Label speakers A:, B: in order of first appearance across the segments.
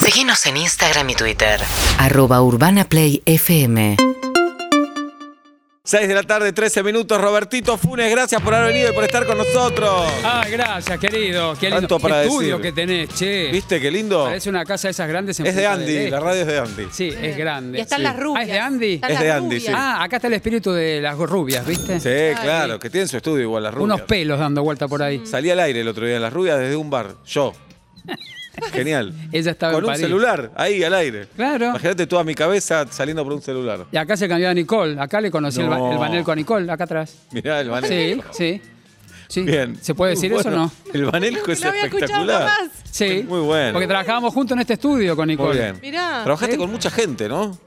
A: Seguinos en Instagram y Twitter.
B: arroba urbanaplayfm
C: 6 de la tarde, 13 minutos. Robertito Funes, gracias por haber venido y por estar con nosotros.
D: Ah, gracias, querido. Qué lindo.
C: Tanto
D: Qué
C: para
D: estudio
C: decir.
D: que tenés, che.
C: ¿Viste qué lindo?
D: Parece una casa de esas grandes en
C: Es de
D: Punta
C: Andy,
D: del Este.
C: la radio es de Andy.
D: Sí, es grande.
E: Y están
D: Sí.
E: las rubias.
D: Ah, ¿es de Andy?
E: Están
C: Es
E: las
C: de Andy,
E: rubias.
C: sí.
D: Ah, acá está el espíritu de las rubias, ¿viste?
C: Sí, claro, que tienen su estudio igual las rubias.
D: Unos pelos dando vuelta por ahí.
C: Salí al aire el otro día en las rubias desde un bar, yo. Genial.
D: Ella estaba
C: con
D: en
C: un
D: París.
C: celular, ahí al aire.
D: Claro.
C: Imagínate toda mi cabeza saliendo por un celular.
D: Y acá se cambió a Nicole. Acá le conocí el,
C: No.
D: ba- el banel con Nicole, acá atrás.
C: Mirá el
D: Sí,
C: banelco.
D: sí. Sí.
C: Bien.
D: ¿Se puede decir eso o
C: Bueno,
D: no?
C: El banelco es
E: No había escuchado
C: espectacular.
E: jamás.
D: Sí.
C: Muy bueno.
D: Porque trabajábamos juntos en este estudio con Nicole.
C: Muy bien.
E: Mirá.
C: Trabajaste
D: Sí.
C: con mucha gente, ¿no?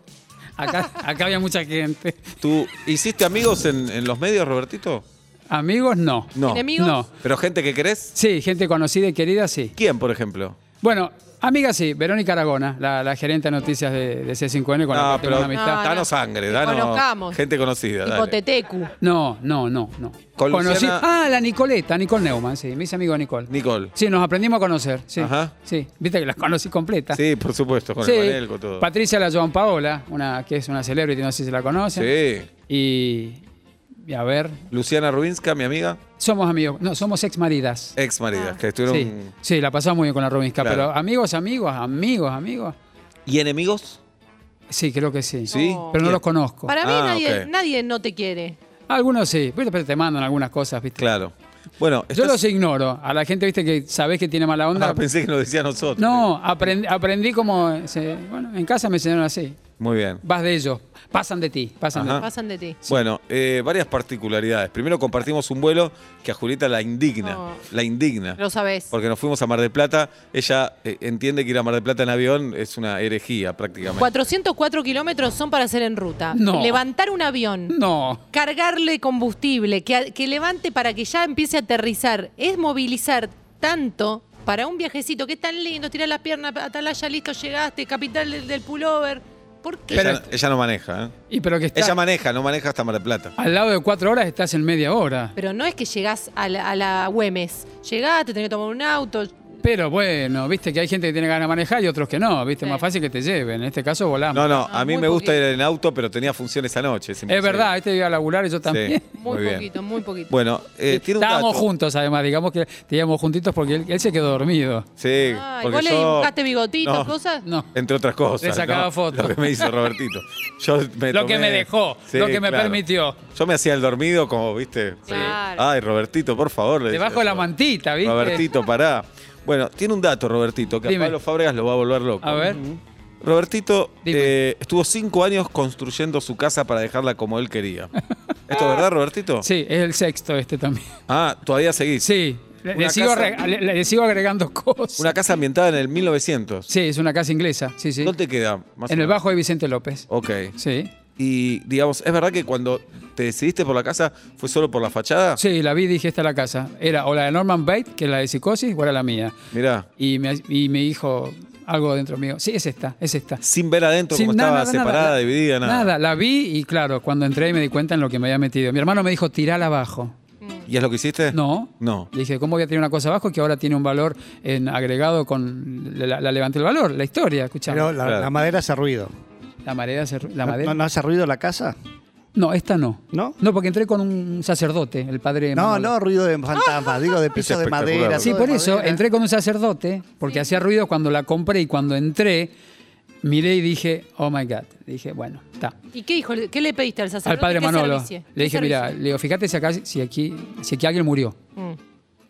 D: Acá, acá había mucha gente.
C: ¿Tú hiciste amigos en, en los medios, Robertito?
D: Amigos, no.
C: No.
E: ¿Enemigos?
D: No.
C: ¿Pero gente que querés?
D: Sí, gente conocida y querida, sí.
C: ¿Quién, por ejemplo?
D: Bueno, amiga sí, Verónica Aragona, la, la gerente de noticias de, de C5N con la
C: Ah,
D: que tengo
C: pero
D: una amistad.
E: No,
C: danos
E: no.
C: sangre,
E: Que
C: danos
E: conozcamos.
C: gente conocida. dale.
E: Hipotetecu.
D: No, no, no, no.
C: Con
D: Conocí-
C: Luciana-
D: Ah, la Nicoleta, Nicole Neumann, sí, me hice amigo de Nicole.
C: Nicole.
D: Sí, nos aprendimos a conocer, sí.
C: Ajá.
D: Sí, viste que la conocí completa.
C: Sí, por supuesto, con
D: Sí.
C: el panel, con todo.
D: Patricia la Joan Paola, una que es una celebrity, no sé si la conocen.
C: Sí.
D: Y, y a ver,
C: Luciana Rubinska, mi amiga,
D: somos amigos, no, somos ex maridas.
C: ex marida,
E: Ah.
C: que estuvieron.
D: Sí, sí, la pasamos muy bien con la Rubinska,
C: Eh, Claro.
D: pero amigos, amigos, amigos, amigos.
C: ¿Y enemigos?
D: Sí, creo que sí.
C: Sí.
E: No.
D: Pero no
C: ¿Quién?
D: los conozco.
E: Para mí
C: Ah,
E: nadie,
C: ok.
E: nadie no te quiere.
D: Algunos sí, pero pero te mandan algunas cosas, ¿viste?
C: Claro. Bueno,
D: Yo
C: estás-
D: los ignoro. A la gente, ¿viste? Que sabés que tiene mala onda.
C: Ah, pensé que nos decía a nosotros.
D: no, aprendí, aprendí como... se- bueno, en casa me enseñaron así.
C: Muy bien.
D: Vas de ellos. Pasan de ti. Pasan
C: Ajá.
D: de ti.
E: Pasan de ti.
C: Bueno, eh, varias particularidades. Primero compartimos un vuelo que a Julieta la indigna.
E: No.
C: La indigna.
E: Lo sabés.
C: Porque nos fuimos a Mar del Plata. Ella eh, entiende que ir a Mar del Plata en avión es una herejía prácticamente.
E: 404 kilómetros son para hacer en ruta.
D: No.
E: Levantar un avión.
D: No.
E: Cargarle combustible. Que, que levante para que ya empiece a aterrizar. Es movilizar tanto para un viajecito que es tan lindo. Tirar las piernas, atalaya, listo, llegaste. Capital del, del pullover. ¿Por qué?
C: Ella,
D: Pero-
C: no- ella no maneja, ¿eh?
D: Y pero que
C: Ella
D: estás...
C: maneja, no maneja hasta Mar del Plata.
D: Al lado de cuatro horas estás en media hora.
E: Pero no es que llegás a la, a la Güemes. Llegás, te tenés que tomar un auto.
D: Pero bueno, viste que hay gente que tiene ganas de manejar y otros que no, viste,
E: Sí.
D: más fácil que te lleven. En este caso volamos.
C: No, no, a mí
E: Ah, muy
C: me gusta ir
E: poquito.
C: en auto, pero tenía función esa noche. Es,
D: es
C: imposible.
D: verdad, este iba a laburar y yo también.
C: Sí,
E: Muy,
C: bien.
E: poquito, muy poquito.
C: Bueno, eh, tiene un
D: Estábamos
C: dato.
D: juntos además, digamos que estábamos juntitos porque él, él se quedó dormido.
C: Sí,
E: Ay,
C: porque
E: ¿Vos le
C: yo-
E: buscaste bigotitos,
C: No,
E: cosas?
D: No.
C: Entre otras cosas.
D: Le sacaba
C: ¿no?
D: fotos.
C: Lo que me hizo Robertito. Yo me
D: Lo que
C: tomé-
D: me dejó, lo que me permitió.
C: Yo me hacía el dormido como, viste.
E: Claro.
C: Ay, Robertito, por favor. le decía
D: Debajo de la
C: yo.
D: mantita, ¿viste?
C: Robertito, pará. Bueno, tiene un dato, Robertito, que
D: Dime.
C: a Pablo Fábregas lo va a volver loco.
D: A ver.
C: Robertito
D: Dime.
C: eh, estuvo cinco años construyendo su casa para dejarla como él quería. ¿Esto es verdad, Robertito?
D: Sí, es el sexto este también.
C: Ah, todavía seguís.
D: Sí, le,
C: Una
D: le sigo,
C: casa-
D: arreg- le- le sigo agregando cosas.
C: Una casa ambientada en el 1900.
D: Sí, es una casa inglesa, sí, sí.
C: ¿Dónde queda? más
D: En
C: o
D: el
C: menos?
D: bajo de Vicente López.
C: Ok.
D: Sí.
C: Y digamos, ¿es verdad que cuando te decidiste por la casa fue solo por la fachada?
D: Sí, la vi y dije, esta es la casa. Era o la de Norman Bates, que es la de psicosis, o era la mía.
C: Mirá,
D: Y me, y me dijo algo dentro mío. Sí, es esta, es esta.
C: sin ver adentro
D: Sin
C: cómo
D: nada,
C: estaba
D: nada,
C: separada,
D: nada.
C: dividida, nada.
D: Nada, la vi y claro, cuando entré me di cuenta en lo que me había metido. Mi hermano me dijo, tirala abajo.
C: ¿Y es lo que hiciste?
D: No.
C: No.
D: Le dije, ¿cómo voy a tener una cosa abajo que ahora tiene un valor en agregado con. La, la levanté el valor, la historia, escuchame.
F: Pero la,
C: Claro.
F: la madera hace ruido.
D: la madera. hace ru- La
F: ¿No-
D: madera.
F: ¿No, hace ruido la casa?
D: No, esta no.
F: ¿No?
D: No, porque entré con un sacerdote, el padre.
F: No,
D: Manolo.
F: no, ruido de fantasma, digo de
C: Es
F: pisos de
C: espectacular,
F: madera.
C: boludo.
D: Sí,
F: todo
D: por
F: de
D: eso
F: madera.
D: entré con un sacerdote, porque hacía ruido cuando la compré y cuando entré, miré y dije, oh my God. Dije, bueno, está.
E: ¿Y qué dijo? ¿Qué le pediste al sacerdote?
D: Al padre
E: ¿Qué
D: Manolo.
E: servicio? ¿Qué
D: Le dije, mira,
E: servicio?
D: le digo, fíjate si, acá, si, aquí, si aquí alguien murió.
E: Mm.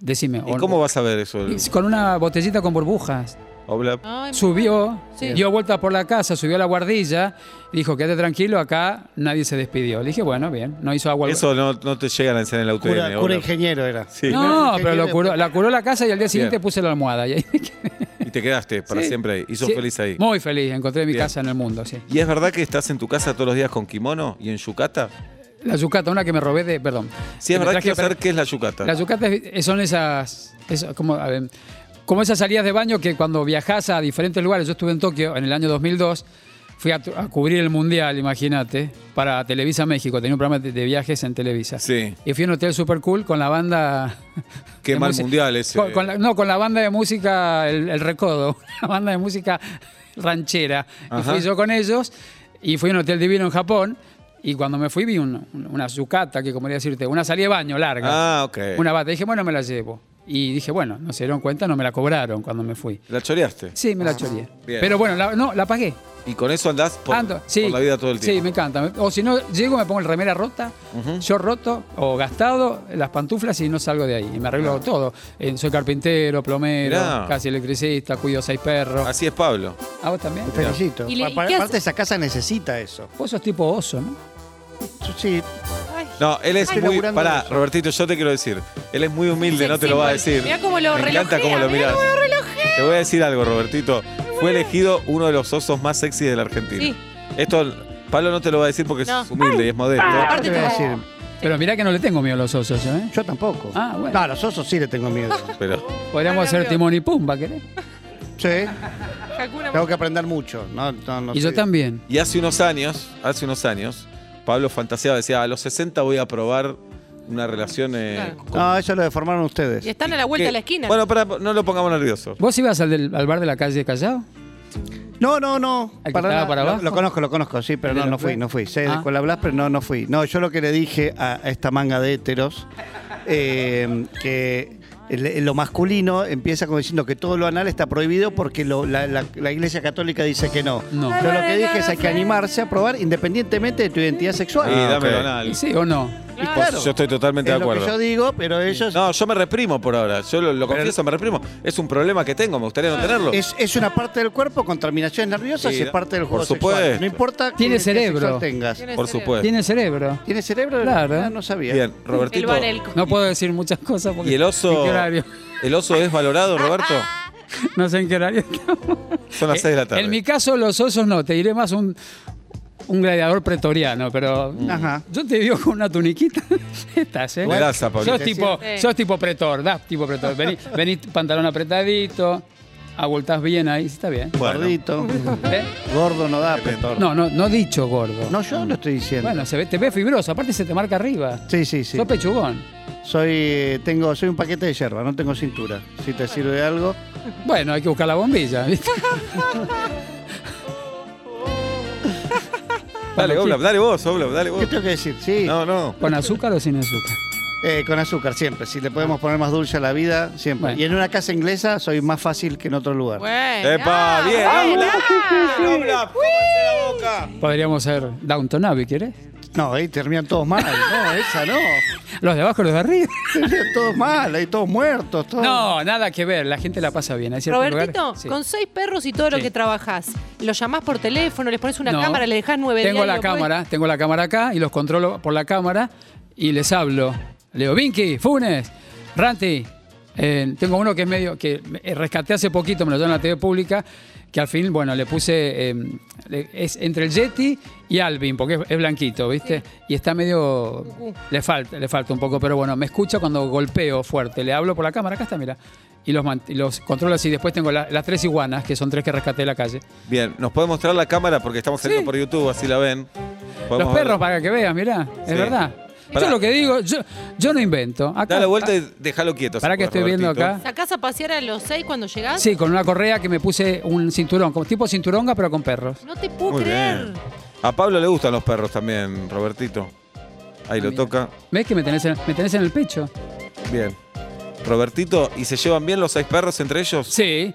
D: Decime.
C: ¿Y
D: o-
C: cómo vas a ver eso? el-
D: Y Con una botellita con burbujas.
C: Obla-
E: Ay,
D: Subió,
E: Sí.
D: dio vuelta por la casa, subió a la guardilla, dijo, quédate tranquilo, acá nadie se despidió. Le dije, bueno, bien, no hizo agua.
C: Eso no, no te llegan a enseñar en la UTN.
F: Cura, cura
C: Obla.
F: ingeniero era.
C: Sí.
D: No,
F: ¿Qué
D: pero lo
F: quiere?
D: curó, la curó la casa y al día siguiente
C: Bien.
D: puse la almohada. Y ahí me quedé.
C: Y te quedaste para
D: Sí.
C: siempre ahí. Y sos
D: Sí,
C: feliz ahí.
D: Muy feliz, encontré mi
C: Bien.
D: casa en el mundo, sí.
C: ¿Y es verdad que estás en tu casa todos los días con kimono y en yucata?
D: La yucata, una que me robé de. Perdón.
C: Sí, es
D: Que me
C: verdad.
D: traje
C: Quiero saber
D: para-
C: qué es la yucata.
D: La yucata es- son esas. eso, como, a ver, como esas salidas de baño que cuando viajas a diferentes lugares. Yo estuve en Tokio en el año 2002 Fui a, tu- a cubrir el mundial, imagínate, para Televisa México. Tenía un programa de, de viajes en Televisa.
C: Sí.
D: Y fui a un hotel super cool con la banda.
C: Qué
D: de
C: mal
D: música-
C: mundial ese.
D: Con- con la- no, con la banda de música El, El Recodo, una banda de música ranchera. Y
C: Ajá.
D: fui yo con ellos y fui a un hotel divino en Japón. Y cuando me fui vi un- una sucata, que como quería decirte, una salida de baño larga.
C: Ah, ok.
D: Una bata. Dije, bueno, me la llevo. Y dije, bueno, no se dieron cuenta, no me la cobraron cuando me fui.
C: La choreaste.
D: Sí, me la choreé.
C: Ah, Bien.
D: Pero bueno, la- no, la pagué.
C: Y con eso andás por,
D: Ando- sí,
C: por la vida todo el tiempo.
D: Sí, me encanta. O si no, llego, me pongo el remera rota, yo roto o gastado, las pantuflas y no salgo de ahí. Y me arreglo todo. Eh, soy carpintero, plomero,
C: Mirá. Ah.
D: casi electricista, cuido seis perros.
C: Así es Pablo.
D: ¿A vos también?
F: pues, Te felicito.
E: ¿Y le- y
F: Pa- pa-
E: qué
F: Aparte,
E: hace?
F: esa casa necesita eso.
D: Vos sos tipo oso, ¿no?
F: Sí,
E: Ay.
C: No, él es
E: Ay,
C: muy.
F: laburando
C: Pará,
F: eso.
C: Robertito, yo te quiero decir. Él es muy humilde,
E: Sí,
C: no te
E: sí,
C: lo va a
E: igual.
C: decir.
E: Mirá cómo lo
C: Me encanta
E: relojea,
C: cómo lo
E: mirá
C: miras.
E: cómo lo relojea.
C: Te voy a decir algo, Robertito. Fue elegido uno de los osos más sexy de la Argentina.
E: Sí.
C: Esto, Pablo no te lo va a decir porque
E: No. Ah.
C: es humilde y es modesto.
F: aparte te voy a decir,
D: Pero mirá que no le tengo miedo a los osos, yo, ¿eh?
F: yo tampoco.
D: Ah, bueno.
F: No, a los osos sí le tengo miedo.
C: Pero
D: Podríamos
E: Ah,
D: hacer
E: cambió.
D: timón y pumba, ¿querés?
F: Sí,
E: Hakuna
F: tengo que aprender mucho. No, no, no
D: y yo
F: soy-
D: también.
C: Y hace unos años, hace unos años, Pablo fantaseaba, decía, a los 60 voy a probar una relación eh,
E: Claro.
C: con-
F: No, eso lo deformaron
E: Y
F: ustedes.
E: están a la
C: Este,
E: vuelta
C: ¿Qué?
E: de la esquina.
C: Bueno, para, no lo pongamos nervioso.
D: ¿Vos ibas al, del- al bar de la calle de Callao?
F: No, no, no.
D: ¿El que
F: para
D: estaba
F: nada.
D: para
F: Lo-
D: abajo?
F: Lo, conozco, lo conozco, sí, pero
D: ¿El de
F: no, no
D: los
F: fui,
D: Blas?
F: no fui. Sé de
D: Ah.
F: cuál hablas, pero no, no fui. No, yo lo que le dije a a esta manga de héteros, eh, que el- lo masculino empieza como diciendo que todo lo anal está prohibido porque lo- la, la- la iglesia católica dice que no.
D: No.
F: Yo lo que dije es hay que animarse a probar independientemente de tu identidad sexual.
C: Y
D: Ah,
C: dame lo
D: ¿Y
C: anal.
D: ¿Sí o no?
C: Y
E: Claro.
C: pues, Yo estoy totalmente
F: Ah, Es
C: de
F: lo que
C: acuerdo.
F: yo digo, pero ellos...
C: No, yo me reprimo por ahora. Yo lo, lo confieso, me reprimo. Es un problema que tengo, me gustaría no tenerlo.
F: Ah. Es, es una parte del cuerpo con terminaciones nerviosas
C: Sí,
F: y es parte del
C: por
F: juego sexual.
C: supuesto.
F: No importa qué
D: Tiene
F: identidad
D: cerebro.
F: sexual tengas.
C: Por supuesto.
D: Tiene cerebro.
F: ¿Tiene cerebro?
D: Claro.
F: Ah, no sabía.
C: Bien,
E: El
C: Robertito.
E: Vanelco.
D: No puedo decir muchas cosas porque.
C: ¿Y el
D: ¿En
C: oso?
D: qué horario?
C: ¿El oso es valorado, Roberto?
D: No sé en qué horario estamos.
C: Son
D: Eh,
C: las 6 de la tarde.
D: En mi caso, los osos no, te diré más un, un gladiador pretoriano, pero.
F: Mm. Ajá.
D: Yo te veo con una tuniquita. Estás, ¿eh?
C: Me das, Pablo.
D: sos, tipo,
E: Sí.
D: sos tipo pretor, das tipo pretor. Vení, vení pantalón apretadito, abultás bien ahí, sí, está bien.
F: Gordito.
D: ¿Eh?
F: Gordo no da, Petor.
D: No, no, no dicho gordo.
F: No, yo lo estoy diciendo.
D: Bueno, se ve, te ve fibroso, aparte se te marca arriba.
F: Sí, sí, sí.
D: Sos pechugón.
F: Soy, eh, tengo, soy un paquete de yerba, no tengo cintura. Si te sirve de algo.
D: Bueno, hay que buscar la bombilla, ¿viste?
C: Dale,
D: Bueno,
C: Oblap,
D: sí.
C: dale vos, Oblap, dale vos.
F: ¿Qué tengo que decir? Sí.
C: Uh. No, no.
D: ¿Con azúcar o sin azúcar?
F: Eh, con azúcar, siempre. Si le podemos poner más dulce a la vida, siempre.
D: Bueno.
F: Y en una casa inglesa soy más fácil que en otro lugar.
E: Bueno.
C: ¡Epa!
E: Ah,
C: ¡Bien!
E: bueno.
C: ¡Oblap! ¡Cómanse la boca!
D: Podríamos ser Downton Abbey, ¿querés?
F: No, ahí terminan todos mal. No, esa no.
D: Los de abajo, los de arriba.
F: Terminan todos mal, ahí todos muertos. Todos.
D: No, nada que ver, la gente la pasa bien. Hay ciertos
E: Oh. Robertito,
D: lugares- sí.
E: con seis perros y todo lo
D: Sí.
E: que trabajás, los llamás por teléfono, les pones una
D: No.
E: cámara, le dejás nueve
D: Tengo
E: días,
D: la
E: digo, pues,
D: cámara, tengo la cámara acá y los controlo por la cámara y les hablo. Leo Vinky, Funes, Ranti. Eh, tengo uno que es medio, que eh, rescaté hace poquito, me lo dio en la TV pública, que al fin, bueno, le puse, eh, le- es entre el Yeti y Alvin, porque es, es blanquito, ¿viste? Y está medio, le falta, le falta un poco, pero bueno, me escucha cuando golpeo fuerte, le hablo por la cámara, acá está, mira, y los, man- y los controlo así. Después tengo la- las tres iguanas, que son tres que rescaté de la calle.
C: Bien, nos puede mostrar la cámara porque estamos saliendo por YouTube, así la ven. Podemos
D: Los perros,
C: ver-
D: para que veas, mirá,
C: Sí.
D: es verdad.
C: Pará.
D: Yo lo que digo, yo, yo no invento. Acá,
C: Da la vuelta y déjalo quieto.
D: Pará
C: si
D: que
C: podés,
D: estoy viendo
C: Robertito.
D: acá.
E: ¿Sacás a pasear a los seis cuando llegás?
D: Sí, con una correa que me puse un cinturón, como tipo cinturonga, pero con perros.
E: No te puedo
C: Muy
E: creer.
C: bien. A Pablo le gustan los perros también, Robertito. Ahí lo
D: Ah, mira.
C: toca.
D: ¿Ves que me tenés, en, me tenés en el pecho?
C: Bien. Robertito, ¿y se llevan bien los seis perros entre ellos?
D: Sí.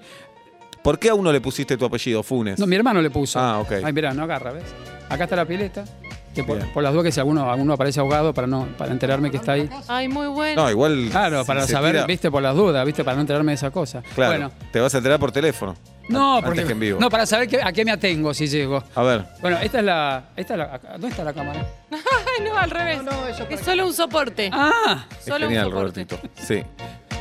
C: ¿Por qué a uno le pusiste tu apellido, Funes?
D: No, mi hermano le puso.
C: Ah, ok.
D: Ay, mirá, no agarra, ¿ves? Acá está la pileta. Que por,
C: Bien.
D: por las dudas que si alguno, alguno aparece ahogado para no para enterarme que está ahí.
E: Ay, muy bueno.
C: No, igual.
D: Claro,
C: si
D: para
C: se
D: saber,
C: tira-
D: viste, por las dudas, viste, para no enterarme de esa cosa.
C: Claro.
D: Bueno,
C: Te vas a enterar por teléfono.
D: no,
C: Antes
D: porque,
C: que en vivo.
D: no, para saber qué- a qué me atengo si llego.
C: A ver.
D: Bueno, esta es la. Esta es la acá- ¿Dónde está la cámara?
E: Ay, no, al revés.
F: No, no, eso
E: es solo un soporte.
D: ¡Ah!
C: Es
E: solo
C: genial,
E: un soporte.
C: Robertito. Sí.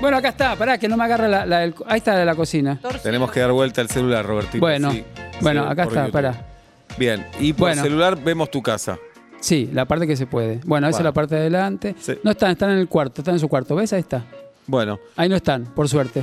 D: Bueno, acá está, pará, que no me agarra la, la del- Ahí está de la cocina.
E: Torcido.
C: Tenemos que dar vuelta al celular, Robertito.
D: Bueno,
C: sí.
D: bueno,
C: Sí,
D: acá
C: por
D: está,
C: YouTube.
D: pará.
C: Bien, y por
D: Bueno.
C: celular vemos tu casa.
D: Sí, la parte que se puede. Bueno, esa es
C: Bueno.
D: la parte de adelante.
C: Sí.
D: No están, están en el cuarto, están en su cuarto. ¿Ves? Ahí está.
C: Bueno,
D: Ahí no están, por suerte.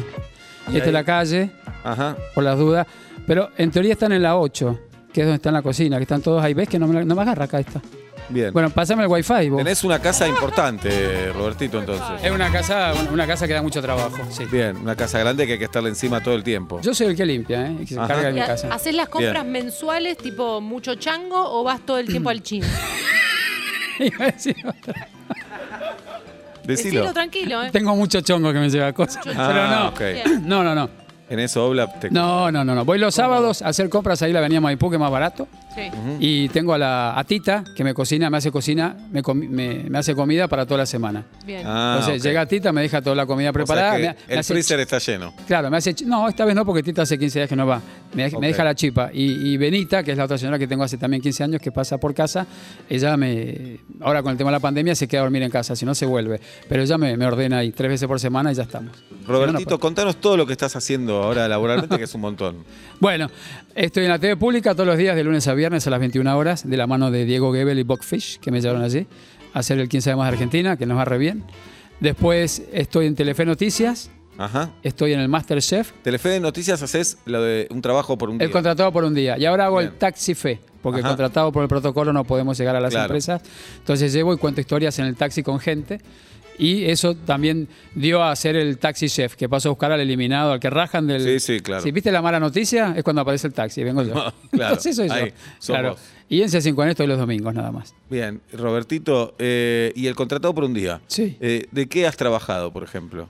C: Y
D: Esta
C: ahí-
D: es la calle,
C: ajá.
D: por las dudas. Pero en teoría están en la 8, que es donde está en la cocina, que están todos ahí. ¿Ves que no me, la- no me agarra acá esta?
C: Bien.
D: Bueno, pásame el wifi vos.
C: Tenés una casa importante, Robertito, entonces.
D: Es una casa, bueno, una casa que da mucho trabajo, sí.
C: Bien, una casa grande que hay que estarle encima todo el tiempo.
D: Yo soy el que limpia, ¿eh? Y que se
C: Ajá.
D: encarga de mi
E: Y ha-
D: casa.
E: ¿Haces las compras
C: Bien.
E: mensuales, tipo mucho chango, o vas todo el tiempo al chino?
D: Iba a decir otra.
C: Decilo.
E: Decilo tranquilo, ¿eh?
D: Tengo mucho chongo que me lleva cosas. Pero no.
C: Ah, ok.
E: Bien.
D: No, no, no.
C: En eso, Obla, te...
D: No, no, no, no. Voy los sábados a hacer compras ahí en la avenida Maipú, que es más barato.
E: Sí.
C: Mm.
D: Y tengo a la a Tita, que me cocina, me hace cocina, me, comi- me- me hace comida para toda la semana.
E: Bien.
C: Ah,
D: Entonces
C: ok.
D: llega Tita, me deja toda la comida
C: O sea
D: preparada.
C: que
D: me- me
C: el
D: hace-
C: freezer está lleno.
D: Claro, me hace. chi- No, esta vez no, porque Tita hace 15 días que no va. Me, de- me
C: Ok.
D: deja la chipa. Y, y Benita, que es la otra señora que tengo hace también 15 años, que pasa por casa, ella me. Ahora con el tema de la pandemia se queda a dormir en casa, si no se vuelve. Pero ella me, me ordena ahí tres veces por semana y ya estamos. Si no, no
C: Robertito,
D: puedo.
C: contanos todo lo que estás haciendo ahora laboralmente, que es un montón.
D: Bueno, estoy en la TV pública todos los días, de lunes a viernes a las 21 horas, de la mano de Diego Gebel y Buckfish, que me llevaron allí, a hacer el 15 de más de Argentina, que nos va re bien. Después estoy en Telefe Noticias,
C: Ajá.
D: estoy en el Masterchef,
C: Telefe de Noticias haces lo de un trabajo por un
D: El
C: día.
D: contratado por un día. Y ahora hago el
C: Bien.
D: taxi fe, porque
C: Ajá.
D: contratado por el protocolo no podemos llegar a las
C: Claro.
D: empresas. Entonces llevo y cuento historias en el taxi con gente. Y eso también dio a hacer el taxi chef, que paso a buscar al eliminado, al que rajan del.
C: Sí, sí, claro.
D: Si viste la mala noticia, es cuando aparece el taxi, vengo yo.
C: Claro,
D: Entonces soy yo.
C: ahí, sos
D: Claro.
C: vos.
D: Y en C5N estoy los domingos nada más.
C: Bien, Robertito, eh, y el contratado por un día.
D: Sí.
C: Eh, ¿De qué has trabajado, por ejemplo?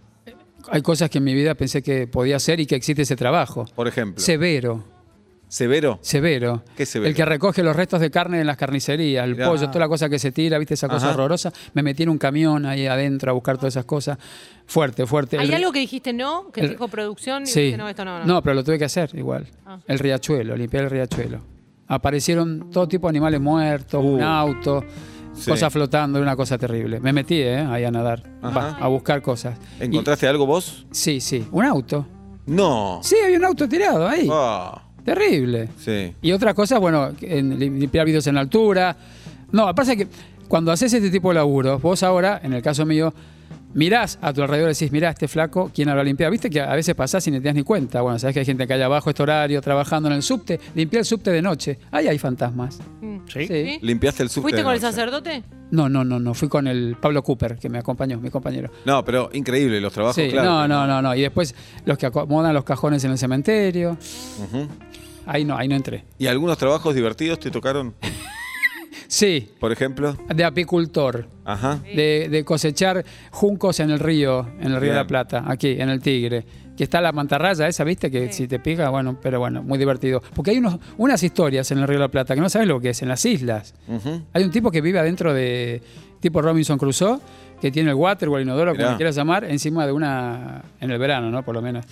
D: Hay cosas que en mi vida pensé que podía hacer y que existe ese trabajo.
C: Por ejemplo.
D: Severo.
C: ¿Severo?
D: Severo.
C: ¿Qué severo?
D: El que recoge los restos de carne en las carnicerías, el
C: Mirá.
D: pollo, toda la cosa que se tira, ¿viste esa cosa
C: Ajá.
D: horrorosa? Me metí en un camión ahí adentro a buscar todas esas cosas. Fuerte, fuerte.
E: ¿Hay
D: El-
E: algo que dijiste no? Que
D: el-
E: dijo producción y
D: Sí.
E: dijiste no, esto no, no.
D: pero lo tuve que hacer igual.
E: Ah.
D: El riachuelo, limpiar el riachuelo. Aparecieron todo tipo de animales muertos, un
C: Uh.
D: auto,
C: Sí.
D: cosas flotando, una cosa terrible. Me metí, ¿eh? Ahí a nadar,
C: Ajá.
D: Va, a buscar cosas. Y-
C: ¿Encontraste algo vos?
D: sí, sí. Un auto.
C: No.
D: Sí, había un auto tirado ahí.
C: Ah,
D: Terrible.
C: sí.
D: Y otra cosa, bueno, en lim- limpiar videos en la altura. No, pasa que cuando haces este tipo de laburos, vos ahora, en el caso mío, mirás a tu alrededor y decís, mirá, este flaco, ¿quién habrá limpiado? Viste que a veces pasás y no te das ni cuenta. Bueno, sabés que hay gente que allá abajo, este horario, trabajando en el subte, limpia el subte de noche. Ahí hay fantasmas.
E: Mm.
F: ¿Sí?
E: ¿Sí?
C: ¿Limpiaste el subte?
E: ¿Fuiste
C: de
E: con el
C: noche.
E: sacerdote?
D: No, no, no, no. Fui con el Pablo Cooper, que me acompañó, mi compañero.
C: No, pero increíble los trabajos,
D: sí,
C: claro.
D: no, no, no, no. Y después los que acomodan los cajones en el cementerio.
C: Ujú.
D: Ahí no, ahí no entré.
C: ¿Y algunos trabajos divertidos te tocaron?
D: Sí,
C: Por ejemplo.
D: de apicultor.
C: Ajá.
D: de, de cosechar juncos en el río, en el río
C: Bien.
D: de la Plata, aquí, en el Tigre. Que está la mantarraya esa, ¿viste? Que si te pica, bueno, pero bueno, muy divertido. Porque hay unos, unas historias en el río de la Plata que no sabes lo que es, en las islas.
C: Ujú.
D: Hay un tipo que vive adentro de, tipo Robinson Crusoe, que tiene el water o el inodoro, como
C: Mirá.
D: le quieras llamar, encima de una, en el verano, ¿no? Por lo menos,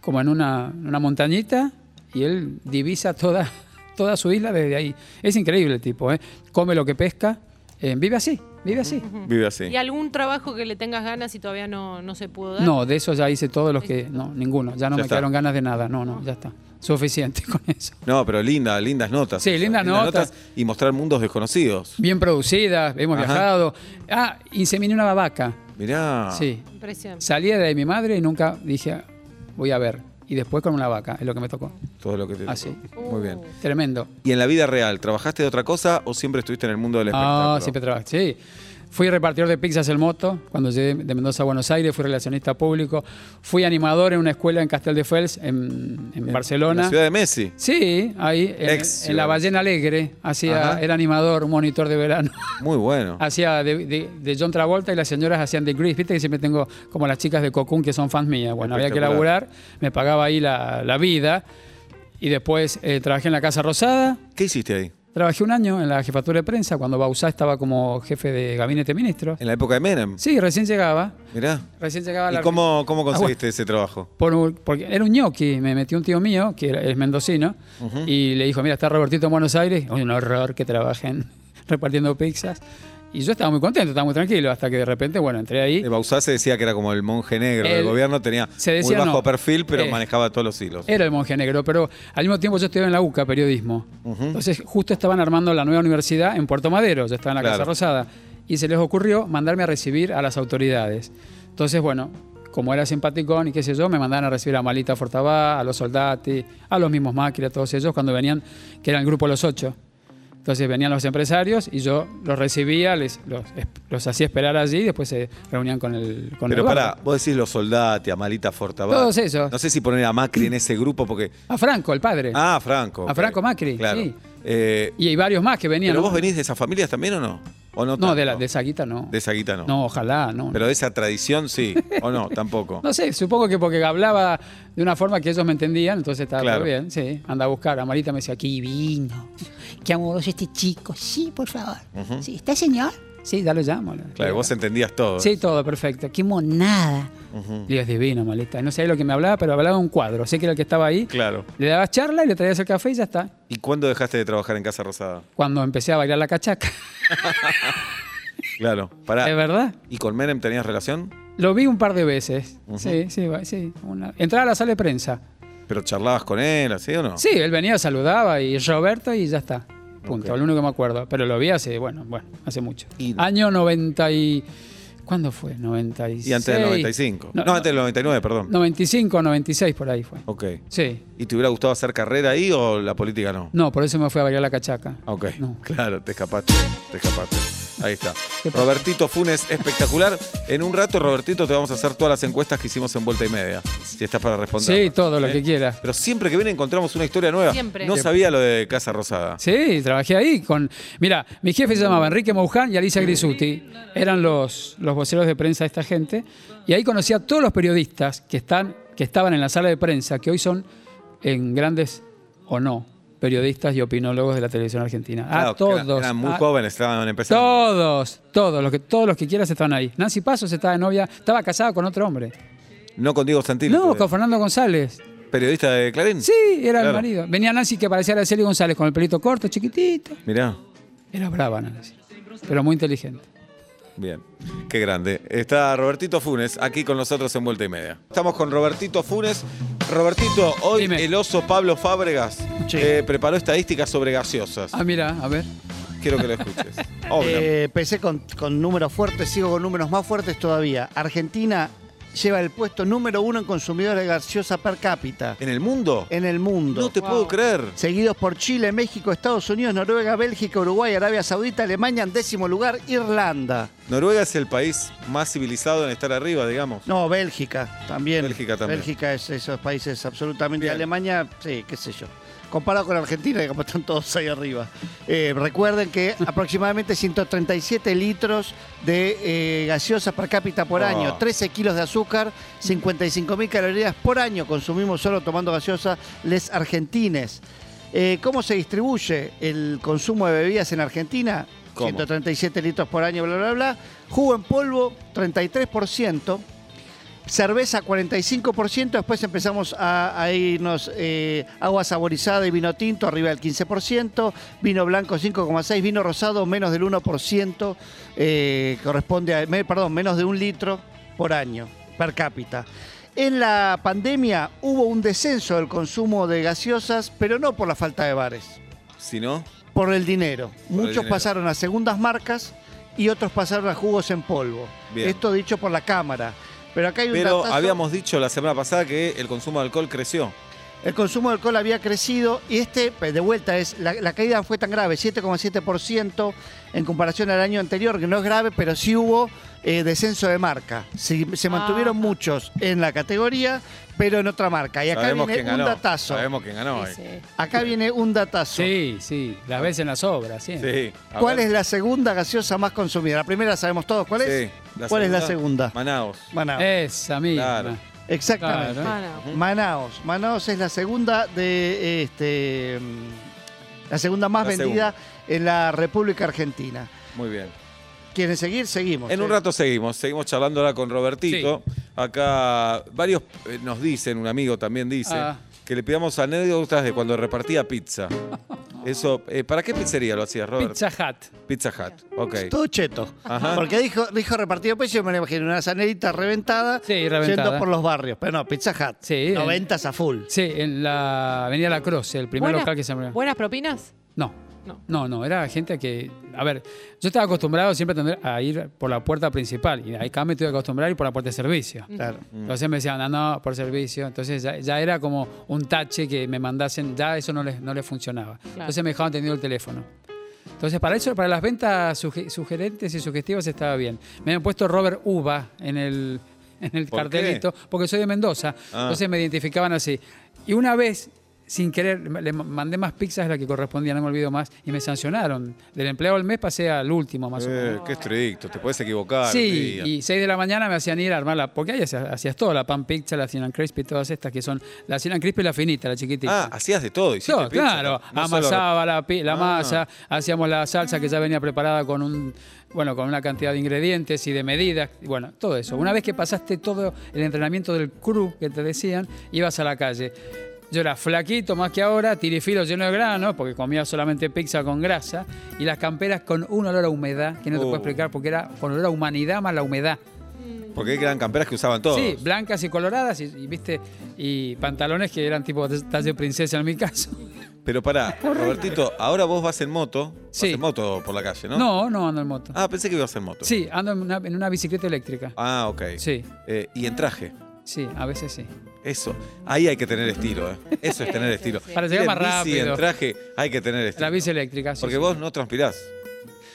D: como en una, una montañita y él divisa toda, toda su isla desde ahí. Es increíble el tipo, ¿eh? Come lo que pesca, eh, vive así, vive así.
C: Vive así.
E: ¿Y algún trabajo que le tengas ganas y todavía no, no se pudo dar?
D: No, de eso ya hice todos los que. No, ninguno. Ya no
C: Ya
D: me
C: está.
D: quedaron ganas de nada. No, no, ya está. Suficiente con eso.
C: No, pero linda, lindas notas.
D: Sí, lindas notas.
C: Y mostrar mundos desconocidos.
D: Bien producidas, hemos
C: Ajá.
D: viajado. Ah, inseminé una vaca.
C: Mirá.
D: Sí.
E: Impresionante.
D: Salía de mi madre y nunca dije, "Ah, voy a ver. Y después con una vaca, es lo que me tocó.
C: Todo lo que te
D: Ah, sí.
C: Muy bien.
D: Tremendo.
C: ¿Y en la vida real, trabajaste de otra cosa o siempre estuviste en el mundo del espectáculo?
D: Ah, siempre trabajé. Sí. Fui repartidor de pizzas El Moto cuando llegué de Mendoza a Buenos Aires, fui relacionista público, fui animador en una escuela en Castel de Fels, en, en
C: En
D: Barcelona.
C: la ciudad de Messi.
D: Sí, ahí en,
C: Ex
D: en la
C: ciudadano.
D: Ballena Alegre hacía,
C: Ajá.
D: era animador, un monitor de verano.
C: Muy bueno.
D: hacía de, de- de John Travolta y las señoras hacían de Grease, viste que siempre tengo como las chicas de Cocoon que son fans mías. Bueno, había que
C: Espectacular.
D: laburar, me pagaba ahí la, la vida y después eh, trabajé en la Casa Rosada.
C: ¿Qué hiciste ahí?
D: Trabajé un año en la jefatura de prensa cuando Bausá estaba como jefe de gabinete de ministros.
C: En la época de Menem.
D: Sí, recién llegaba.
C: Mirá.
D: Recién llegaba
C: ¿Y
D: la.
C: cómo, cómo
D: Ah, bueno.
C: conseguiste ese trabajo?
D: Por un- porque era un ñoqui, me metió un tío mío, que era- es mendocino, y le dijo, mira, está Robertito en Buenos Aires, un horror que trabajen repartiendo pizzas. Y yo estaba muy contento, estaba muy tranquilo, hasta que de repente, bueno, entré ahí.
C: Eh, Bausá se decía que era como el monje negro del
D: El-
C: gobierno, tenía
D: se decía
C: muy bajo
D: no.
C: perfil, pero
D: Eh.
C: manejaba todos los hilos.
D: Era el monje negro, pero al mismo tiempo yo estudiaba en la UCA, periodismo. Entonces, justo estaban armando la nueva universidad en Puerto Madero, yo estaba en la
C: Claro.
D: Casa Rosada, y se les ocurrió mandarme a recibir a las autoridades. Entonces, bueno, como era simpaticón y qué sé yo, me mandaban a recibir a Malita Fortabá, a los soldati, a los mismos Macri, a todos ellos, cuando venían, que era el grupo Los Ocho. Entonces venían los empresarios y yo los recibía, les, los, los hacía esperar allí y después se reunían con el... Con
C: Pero
D: el
C: pará,
D: barrio.
C: vos decís los soldati, a Malita Fortabá.
D: Todos esos.
C: No sé si poner a Macri en ese grupo porque.
D: A Franco, el padre.
C: Ah, Franco.
D: A
C: ok.
D: Franco Macri,
C: Claro.
D: sí.
C: Eh,
D: Y hay varios más que venían.
C: ¿Pero
D: ¿no?
C: vos venís de esas familias también o no? ¿O no,
D: No,
C: tanto?
D: de, la, de Saguita no.
C: De esa guita no.
D: No, ojalá, no.
C: Pero de esa tradición sí, o no, tampoco.
D: No sé, supongo que porque hablaba de una forma que ellos me entendían, entonces estaba
C: Claro.
D: todo bien, sí. Anda a buscar. Amarita me decía, aquí vino.
G: Qué amoroso este chico. Sí, por favor.
C: Ujú.
G: Sí, ¿Está señor?
D: Sí, ya lo llamo.
C: Claro, vos entendías todo.
D: Sí, todo perfecto. Qué monada.
C: Ujú.
D: Dios divino, maleta. No sé lo que me hablaba, pero hablaba de un cuadro. Sé que era el que estaba ahí.
C: Claro.
D: Le dabas charla y le traías el café y ya está.
C: ¿Y cuándo dejaste de trabajar en Casa Rosada?
D: Cuando empecé a bailar la cachaca.
C: Claro. Pará.
D: ¿Es verdad?
C: ¿Y con Menem tenías relación?
D: Lo vi un par de veces.
C: Ujú.
D: Sí, sí, va- sí. Una... Entraba a la sala de prensa.
C: ¿Pero charlabas con él, así o no?
D: Sí, él venía, saludaba y Roberto y ya está. Punto,
C: Ok.
D: lo único que me acuerdo. Pero lo vi hace, bueno, bueno, hace mucho.
C: Y-
D: Año 90 y... ¿Cuándo fue? 96.
C: Y antes del 95. No,
D: No,
C: antes del 99, perdón.
D: 95, 96 por ahí fue.
C: Ok.
D: Sí.
C: ¿Y te hubiera gustado hacer carrera ahí o la política no?
D: No, por eso me fui a bailar la cachaca.
C: Ok.
D: No.
C: Claro, te escapaste. Te escapaste. Ahí está.
D: ¿Qué pasa?
C: Robertito Funes, espectacular. En un rato, Robertito, te vamos a hacer todas las encuestas que hicimos en vuelta y media. Si estás para responder. ¿Eh?
D: Sí, todo lo que quieras.
C: Pero siempre que viene encontramos una historia nueva.
E: Siempre.
C: No sabía lo de Casa Rosada.
D: Sí, trabajé ahí con. Mira, mi jefe se llamaba Enrique Mouján y Alicia Grisuti. Eran los, los voceros de prensa de esta gente. Y ahí conocí a todos los periodistas que, están, que estaban en la sala de prensa, que hoy son en grandes o no periodistas y opinólogos de la televisión argentina.
C: Claro,
D: a todos.
C: Eran, eran muy
D: a-
C: jóvenes, pues, estaban empezando.
D: Todos, todos los, que, todos los que quieras estaban ahí. Nancy Pasos estaba de novia, estaba casada con otro hombre.
C: No con Diego Santilli.
D: No,
C: todavía.
D: con Fernando González.
C: Periodista de Clarín.
D: Sí, era el
C: Claro.
D: marido. Venía Nancy que parecía la Celia González con el pelito corto, chiquitito.
C: Mirá.
D: Era brava Nancy, pero muy inteligente.
C: Bien, qué grande. Está Robertito Funes aquí con nosotros en Vuelta y Media. Estamos con Robertito Funes. Robertito, hoy
D: Dime.
C: el oso Pablo Fábregas
F: Sí.
C: eh, preparó estadísticas sobre gaseosas.
D: Ah, mira, a ver.
C: Quiero que lo escuches. Obvio.
F: Eh, empecé con, con números fuertes, sigo con números más fuertes todavía. Argentina lleva el puesto número uno en consumidores de gaseosa per cápita
C: ¿En el mundo?
F: en el mundo.
C: No te puedo creer.
F: Seguidos por Chile, México, Estados Unidos, Noruega, Bélgica, Uruguay, Arabia Saudita, Alemania en décimo lugar, Irlanda.
C: Noruega es el país más civilizado en estar arriba, digamos.
F: No, Bélgica también.
C: Bélgica también.
F: Bélgica es esos países absolutamente.
C: Bien.
F: Alemania, sí, qué sé yo. Comparado con Argentina, que como están todos ahí arriba. Eh, recuerden que aproximadamente 137 litros de eh, gaseosas per cápita por
C: Ah.
F: año, 13 kilos de azúcar, 55.000 calorías por año consumimos solo tomando gaseosa les argentines. Eh, ¿Cómo se distribuye el consumo de bebidas en Argentina?
C: ¿Cómo?
F: 137 litros por año, bla, bla, bla. Jugo en polvo, 33%. Cerveza 45%, después empezamos a, a irnos eh, agua saborizada y vino tinto arriba del 15%, vino blanco 5,6%, vino rosado menos del 1%, eh, corresponde a, me- perdón, menos de un litro por año, per cápita. En la pandemia hubo un descenso del consumo de gaseosas, pero no por la falta de bares,
C: Si no,
F: por el dinero.
C: el
F: Muchos
C: dinero.
F: pasaron a segundas marcas y otros pasaron a jugos en polvo.
C: Bien.
F: Esto dicho por la Cámara. Pero acá hay un
C: pero
F: datazo.
C: habíamos dicho la semana pasada que el consumo de alcohol creció.
F: El consumo de alcohol había crecido y este, pues, de vuelta, es la, la caída fue tan grave, 7,7% en comparación al año anterior, que no es grave, pero sí hubo eh, descenso de marca. Sí, Se, mantuvieron
E: Ah.
F: muchos en la categoría, pero en otra marca. Y acá
C: Sabemos quién
F: viene un
C: ganó.
F: datazo.
C: Sabemos quién ganó hoy.
E: Sí,
C: Sí.
E: sí.
F: Acá viene un datazo.
D: Sí, sí, las ves en las obras, sí.
C: A
F: ¿Cuál
C: ver.
F: es la segunda gaseosa más consumida? La primera sabemos todos cuál es.
C: Sí.
F: ¿Cuál es la segunda?
C: Manaos.
F: Manaos.
D: Esa misma.
C: Claro.
F: Exactamente.
D: Eh, claro.
E: Bueno,
F: Manaos. Manaos es la segunda de este mm, la segunda más
C: La
F: vendida en la República Argentina.
C: Muy bien.
F: ¿Quieren seguir? Seguimos.
C: En un
F: ¿eh?
C: rato seguimos, seguimos charlando ahora con Robertito. Acá varios eh, nos dicen, un amigo también dice,
D: Ah.
C: que le pidamos anécdotas de cuando repartía pizza. Eso, eh, ¿para qué pizzería lo hacías, Robert?
D: Pizza Hut.
C: Pizza Hut, ok.
F: Todo cheto.
C: Ajá.
F: Porque dijo, dijo repartido peso, yo me lo imagino una sanelita reventada,
D: Sí, reventada.
F: yendo por los barrios. Pero no, Pizza Hut.
D: Sí.
F: 90 a full.
D: Sí, en la Avenida La Croce, el primer
E: buenas-
D: local que se me...
E: ¿Buenas propinas?
D: No,
E: No.
D: No, no, era gente que. A ver, yo estaba acostumbrado siempre a, tener, a ir por la puerta principal. Y acá me tuve que acostumbrar a ir por la puerta de servicio.
F: Claro.
C: Mm.
D: Entonces me decían, no, no, por servicio. Entonces ya, ya era como un tache que me mandasen, ya eso no les, no les funcionaba. Entonces me dejaban tenido el teléfono. Entonces para eso, para las ventas suge- sugerentes y sugestivas estaba bien. Me habían puesto Robert Uva en el, en el
C: ¿Por
D: cartelito, porque soy de Mendoza.
C: Ah.
D: Entonces me identificaban así. Y una vez, sin querer, le mandé más pizzas de las que correspondían, no me olvido más, y me sancionaron. Del empleado del mes pasé al último, más o menos.
C: Eh, qué estricto, te puedes equivocar. un
D: Sí,
C: día.
D: y 6 de la mañana me hacían ir a armarla, porque ahí hacías, hacías todo, la pan pizza, la cinnamon crispy, todas estas que son, la cinnamon crispy y la finita, la chiquitita.
C: Ah, hacías de todo, hiciste
D: Yo,
C: pizza,
D: claro,
C: no- no solo-
D: amasaba la, pi- la
C: Ah.
D: masa, hacíamos la salsa que ya venía preparada con un, bueno, con una cantidad de ingredientes y de medidas, y bueno, todo eso. Una vez que pasaste todo el entrenamiento del crew que te decían, ibas a la calle. Yo era flaquito más que ahora, tirifilo lleno de granos, porque comía solamente pizza con grasa, y las camperas con un olor a humedad, que no
C: Oh.
D: te puedo explicar porque era con olor a humanidad más la humedad.
C: Porque eran camperas que usaban todo.
D: Sí, blancas y coloradas, y, y, viste, y pantalones que eran tipo de- talle princesa en mi caso.
C: Pero pará, Robertito, ahora vos vas en moto.
D: Sí.
C: Vas en moto por la calle, ¿no?
D: No, no ando en moto.
C: Ah, pensé que ibas en moto.
D: Sí, ando en una, en una bicicleta eléctrica.
C: Ah, ok.
D: Sí.
C: Eh, y en traje.
D: Sí, a veces sí.
C: Eso. Ahí hay que tener estilo, ¿eh? Eso es tener estilo.
D: Para
C: Ir
D: llegar
C: en
D: más
C: bici,
D: rápido.
C: en traje hay que tener estilo.
D: La bici eléctrica, sí.
C: Porque
D: sí.
C: vos no transpirás.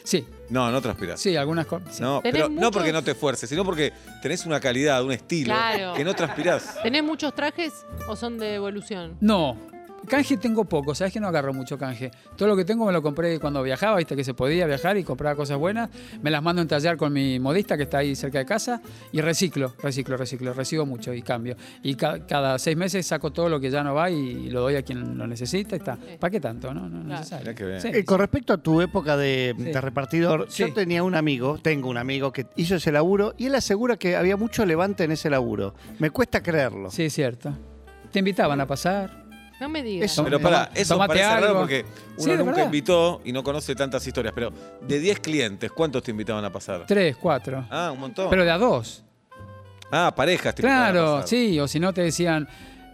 D: Sí,
C: No, no transpirás.
D: sí, algunas cosas. sí.
C: No,
E: Tenés
C: pero no
E: muchos-
C: porque no te esfuerces, sino porque tenés una calidad, un estilo
E: Claro.
C: que no transpirás.
E: ¿Tenés muchos trajes o son de evolución?
D: No. Canje tengo poco, sabes que no agarro mucho canje. Todo lo que tengo me lo compré cuando viajaba, viste que se podía viajar y compraba cosas buenas. Me las mando a entallar con mi modista que está ahí cerca de casa y reciclo, reciclo, reciclo, recibo mucho y cambio. Y ca- cada seis meses saco todo lo que ya no va y, lo doy a quien lo necesita. y Está. ¿Para qué tanto? No, no, no
E: Claro.
D: es necesario.
C: Mirá qué bien.
D: Sí,
F: Eh, con respecto a tu época de,
D: Sí.
F: de repartidor,
D: Sí.
F: yo tenía un amigo, tengo un amigo que hizo ese laburo y él asegura que había mucho levante en ese laburo. Me cuesta creerlo.
D: sí, es cierto. Te invitaban a pasar.
E: No me digas.
F: Eso.
C: Pero pará, eso
D: Tomate
C: parece raro
D: algo.
C: porque
D: Sí,
C: uno
D: de
C: nunca
D: verdad.
C: invitó y no conoce tantas historias. Pero de 10 clientes, ¿cuántos te invitaban a pasar?
D: Tres, cuatro.
C: Ah, un montón.
D: Pero de a dos.
C: ah, parejas te invitaban a
D: Claro,
C: pasar.
D: sí, o si no te decían,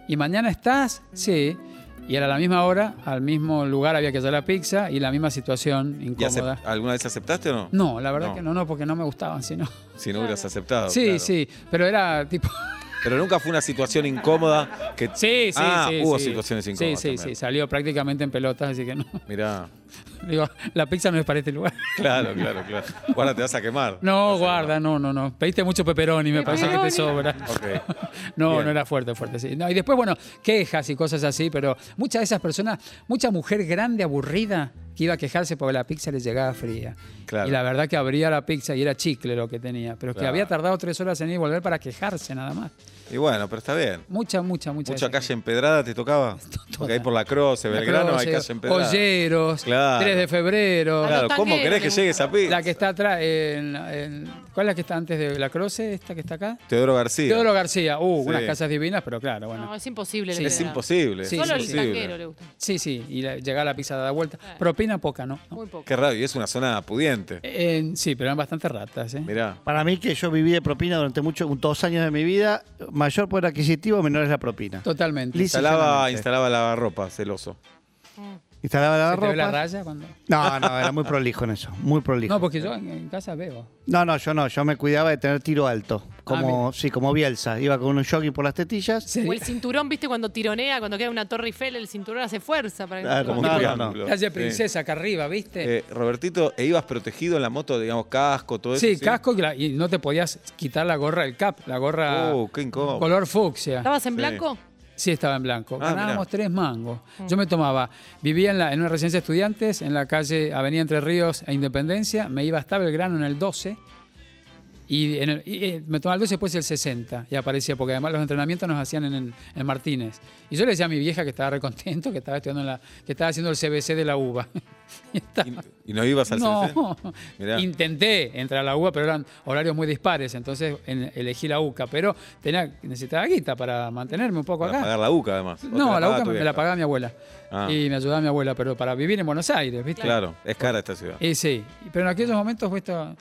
D: ¿y mañana estás? Sí. Y era a la misma hora, al mismo lugar había que hacer la pizza y la misma situación
C: ¿Y acep-
D: incómoda.
C: ¿Alguna vez aceptaste o no?
D: No, la verdad
C: No.
D: que no, no, porque no me gustaban, sino.
C: Si no hubieras aceptado.
D: sí,
C: claro.
D: sí, pero era tipo.
C: Pero nunca fue una situación incómoda que.
D: Sí, sí,
C: ah,
D: sí.
C: Hubo
D: sí.
C: situaciones incómodas.
D: Sí, sí, sí, salió prácticamente en pelotas, así que no.
C: Mirá.
D: Digo, la pizza no es para este lugar.
C: Claro, claro, claro. Guarda, te vas a quemar.
D: No, guarda, no, no, no. Pediste mucho peperoni, me parece que te sobra.
C: Ok.
D: No,
C: Bien.
D: no era fuerte, fuerte, sí. No, y después, bueno, quejas y cosas así, pero muchas de esas personas, mucha mujer grande, aburrida, que iba a quejarse porque la pizza le llegaba fría.
C: Claro.
D: Y la verdad que abría la pizza y era chicle lo que tenía, pero es que
C: Claro.
D: había tardado tres horas en ir y volver para quejarse nada más.
C: Y bueno, pero está bien.
D: Mucha, mucha, mucha. de
C: ¿Mucha
D: esa
C: calle empedrada te tocaba? Porque ahí por la Croce,
D: gente. La
C: Belgrano, hay
D: Croce,
C: calle empedrada.
D: Olleros,
C: Claro.
D: 3 de febrero.
C: Claro,
E: Los
C: ¿cómo querés que
E: tanqueros.
C: llegue esa pizza?
D: La que está atrás, en- en- ¿cuál es la que está antes de la Croce? ¿Esta que está acá?
C: Teodoro García.
D: Teodoro García, uh,
C: Sí.
D: unas casas divinas, pero claro, bueno.
E: No, es imposible.
D: Sí.
E: le
C: Es
E: queda.
C: imposible.
D: Sí,
C: es
E: Solo el
D: imposible.
E: taquero le gusta.
D: Sí, sí, y la- llegar a la pizza de la vuelta. Propina poca, ¿no? No.
E: Muy poco.
C: Qué raro, y es una zona pudiente.
D: Eh, sí, pero eran bastante ratas, ¿eh?
C: Mirá.
F: Para mí que yo viví de propina durante muchos, dos años de mi vida, mayor poder adquisitivo, menor es la propina.
D: Totalmente.
F: Lisa,
C: Instalaba,
F: Sinceramente.
C: instalaba lavarropa, celoso.
F: Instalaba la
D: ¿Se te ve la
F: ropa.
D: raya cuando.?
F: No, no, era muy prolijo en eso, muy prolijo.
D: No, porque yo en, en casa veo.
F: No, no, yo no, yo me cuidaba de tener tiro alto, como
D: mira.
F: sí, como Bielsa, iba con un jogging por las tetillas.
D: Ah, Sí.
E: O el cinturón, viste, cuando tironea, cuando queda una torre Eiffel, el cinturón hace fuerza para que
C: Ah,
E: no-
C: como
F: no,
C: un
F: no,
C: triángulo.
D: Calle
C: Sí.
D: Princesa, acá arriba, ¿viste?
C: Eh, pues Robertito, ¿e ibas protegido en la moto, digamos, casco, todo eso?
D: sí, casco y, la- y no te podías quitar la gorra, el cap, la gorra.
C: Uh, qué incómodo.
D: Color fucsia.
E: ¿Estabas en
C: Sí.
E: blanco?
D: Sí, estaba en blanco.
C: Ah,
D: Ganábamos
C: mirá.
D: tres mangos. Yo me tomaba, vivía en, la- en una residencia de estudiantes, en la calle Avenida Entre Ríos e Independencia, me iba hasta Belgrano en el 12, y, en el- y, eh, me tomaba el 12 después el 60, y aparecía, porque además los entrenamientos nos hacían en, en- en Martínez. Y yo le decía a mi vieja que estaba recontento, que estaba estudiando en la, que estaba haciendo el CBC de la UBA. Y estaba-
C: ¿Y, y no ibas al
D: no,
C: CNC? Mirá.
D: intenté entrar a la UBA, pero eran horarios muy dispares, entonces en- elegí la UCA, pero tenía, necesitaba guita para mantenerme un poco
C: Para
D: acá.
C: pagar la UCA, además. ¿O te
D: No, la
C: pagaba
D: boca
C: tu
D: me
C: vieja?
D: la pagaba mi abuela.
C: Ah.
D: Y me ayudaba mi abuela, pero para vivir en Buenos Aires, ¿viste?
C: Claro, es cara esta ciudad.
D: Y sí, pero en aquellos momentos fue esto-